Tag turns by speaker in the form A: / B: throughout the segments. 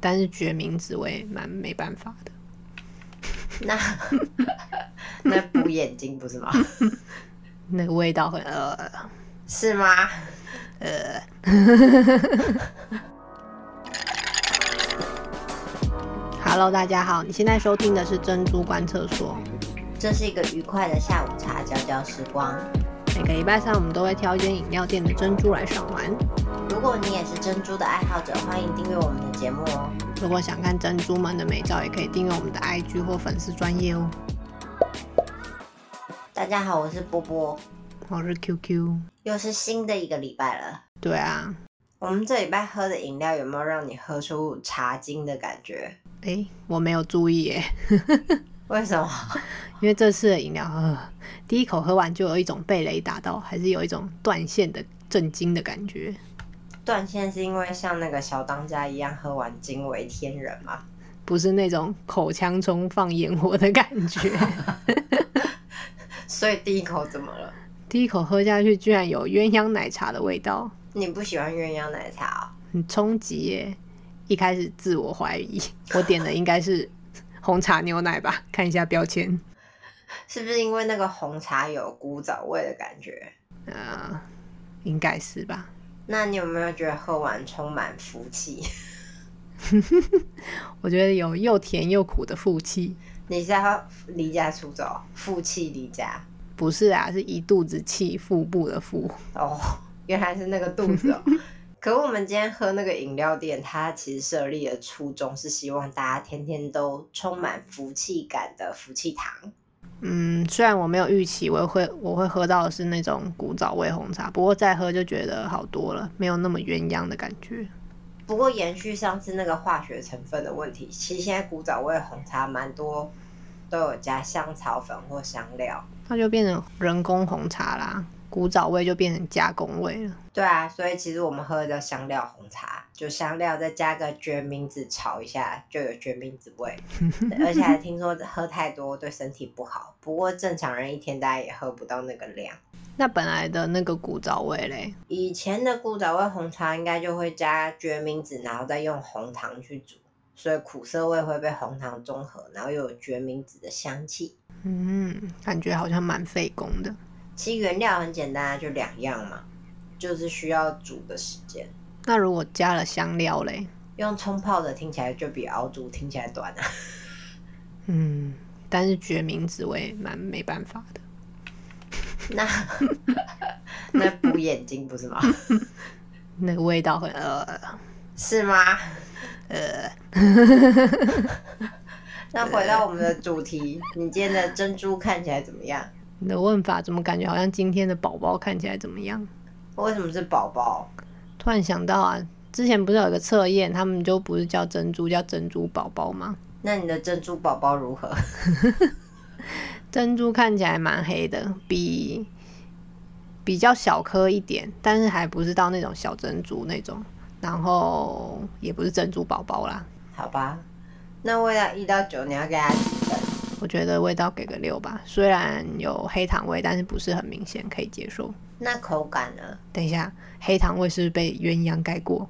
A: 但是决明子我也蛮没办法的。
B: 那 那补眼睛不是吗？
A: 那个味道很呃，
B: 是吗？
A: Hello，大家好，你现在收听的是珍珠观测所。
B: 这是一个愉快的下午茶，交交时光。
A: 每个礼拜三我们都会挑一间饮料店的珍珠来赏玩。
B: 如果你也是珍珠的爱好者，欢迎订阅我们的节目哦。
A: 如果想看珍珠们的美照，也可以订阅我们的 IG 或粉丝专业哦。
B: 大家好，我是波波，
A: 我是 QQ。
B: 又是新的一个礼拜了。
A: 对啊，
B: 我们这礼拜喝的饮料有没有让你喝出茶精的感觉？
A: 诶，我没有注意耶，
B: 为什么？
A: 因为这次的饮料，呃，第一口喝完就有一种被雷打到，还是有一种断线的震惊的感觉。
B: 断线是因为像那个小当家一样喝完惊为天人吗？
A: 不是那种口腔中放烟火的感觉。
B: 所以第一口怎么了？
A: 第一口喝下去，居然有鸳鸯奶茶的味道，
B: 你不喜欢鸳鸯奶茶、哦
A: 很冲击耶！一开始自我怀疑， 我点的应该是红茶牛奶吧？看一下标签，
B: 哦？是不是因为那个红茶有古早味的感觉？
A: 呃，应该是吧。
B: 那你有没有觉得喝完充满福气？
A: 我觉得有又甜又苦的负气，
B: 你是要离家出走，负气离家？
A: 不是啊，是一肚子气，腹部的腹。
B: 哦，原来是那个肚子哦。可我们今天喝那个饮料店，它其实设立的初衷是希望大家天天都充满福气感的福气糖。
A: 嗯，虽然我没有预期我会我会喝到的是那种古早味红茶，不过再喝就觉得好多了，没有那么鸳鸯的感觉。
B: 不过延续上次那个化学成分的问题，其实现在古早味红茶蛮多都有加香草粉或香料。
A: 那就变成人工红茶啦，古早味就变成加工味了。
B: 对啊，所以其实我们喝的叫香料红茶，就香料再加个决明子炒一下，就有决明子味。而且还听说喝太多对身体不好，不过正常人一天大概也喝不到那个量。
A: 那本来的那个古早味嘞，
B: 以前的古早味红茶应该就会加决明子，然后再用红糖去煮，所以苦涩味会被红糖中和，然后又有决明子的香气。
A: 嗯，感觉好像蛮费工的。
B: 其实原料很简单啊，就两样嘛，就是需要煮的时间。
A: 那如果加了香料嘞，
B: 用冲泡的听起来就比熬煮听起来短啊。
A: 嗯，但是决明子我也蛮没办法的。
B: 那 那补眼睛不是 吗？
A: 那个味道很呃，
B: 是吗？ 那回到我们的主题，你今天的珍珠看起来怎么样？
A: 你的问法怎么感觉好像今天的宝宝看起来怎么样？
B: 为什么是宝宝？
A: 突然想到啊，之前不是有一个测验，他们就不是叫珍珠，叫珍珠宝宝吗？
B: 那你的珍珠宝宝如何？
A: 珍珠看起来蛮黑的，比比较小颗一点，但是还不是到那种小珍珠那种，然后也不是珍珠宝宝啦。
B: 好吧，那味道一到九，你要给它几分？
A: 我觉得味道给个六吧，虽然有黑糖味，但是不是很明显，可以接受。
B: 那口感呢？
A: 等一下，黑糖味是不是被鸳鸯盖过，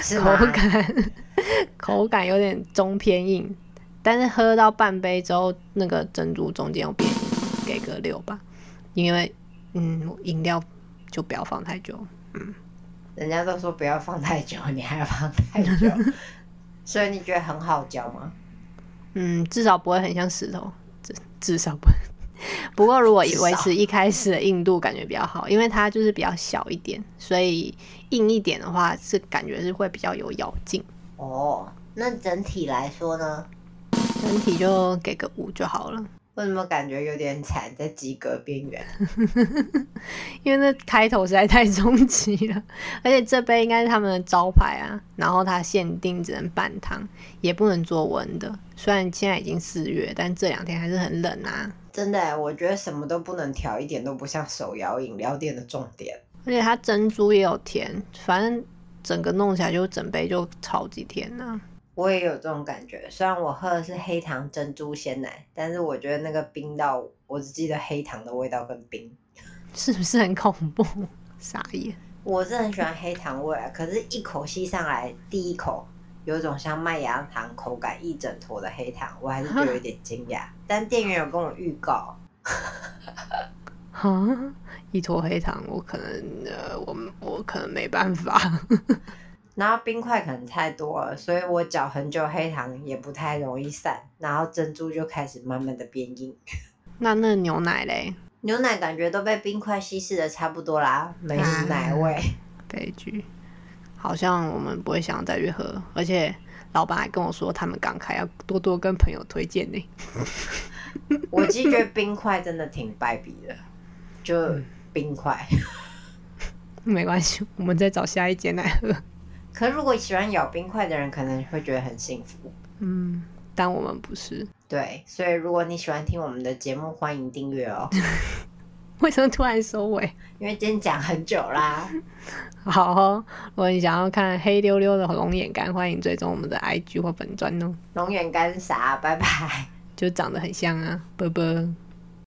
B: 是
A: 口
B: 吗？
A: 感口感有点中偏硬，但是喝到半杯之后，那个珍珠中间有变硬，给个六吧，因为嗯，饮料就不要放太久。
B: 人家都说不要放太久，你还放太久， 所以你觉得很好嚼吗？
A: 嗯，至少不会很像石头，至至少不会。 不过如果
B: 至少
A: 维持一开始的硬度，感觉比较好，因为它就是比较小一点，所以硬一点的话是感觉是会比较有咬劲。
B: 哦，那整体来说呢？
A: 整体就给个五就好了，
B: 为什么感觉有点惨，在及格边缘？
A: 因为那开头实在太终极了，而且这杯应该是他们的招牌啊。然后它限定只能半糖，也不能做温的。虽然现在已经四月，但这两天还是很冷啊。
B: 真的耶，欸我觉得什么都不能调，一点都不像手摇饮料店的重点。
A: 而且它珍珠也有甜，反正整个弄起来就整杯就超级甜呐、
B: 我也有这种感觉，虽然我喝的是黑糖珍珠鲜奶，但是我觉得那个冰到我只记得黑糖的味道跟冰。
A: 是不是很恐怖？傻眼。
B: 我是很喜欢黑糖味啊，可是一口吸上来，第一口有一种像麦芽糖口感一整坨的黑糖，我还是觉得有点惊讶。但店员有跟我预告，
A: 哈， 一坨黑糖，我可能呃，我我可能没办法。
B: 然后冰块可能太多了，所以我搅很久黑糖也不太容易散，然后珍珠就开始慢慢的变硬，
A: 那那牛奶嘞，
B: 牛奶感觉都被冰块稀释的差不多啦，没
A: 啊
B: 奶味。
A: 悲剧，好像我们不会想要再去喝，而且老板还跟我说他们刚开，要多多跟朋友推荐呢。
B: 我其实觉得冰块真的挺败笔的，就冰块。
A: 没关系，我们再找下一间来喝。
B: 可如果喜欢咬冰块的人，可能会觉得很幸福。
A: 嗯，但我们不是。
B: 对，所以如果你喜欢听我们的节目，欢迎订阅哦。
A: 为什么突然收尾？
B: 因为今天讲很久啦，
A: 好哦，如果你想要看黑溜溜的龙眼干，欢迎追踪我们的 IG 或本专哦，
B: 龙眼干啥？拜拜。
A: 就长得很像啊，啵啵。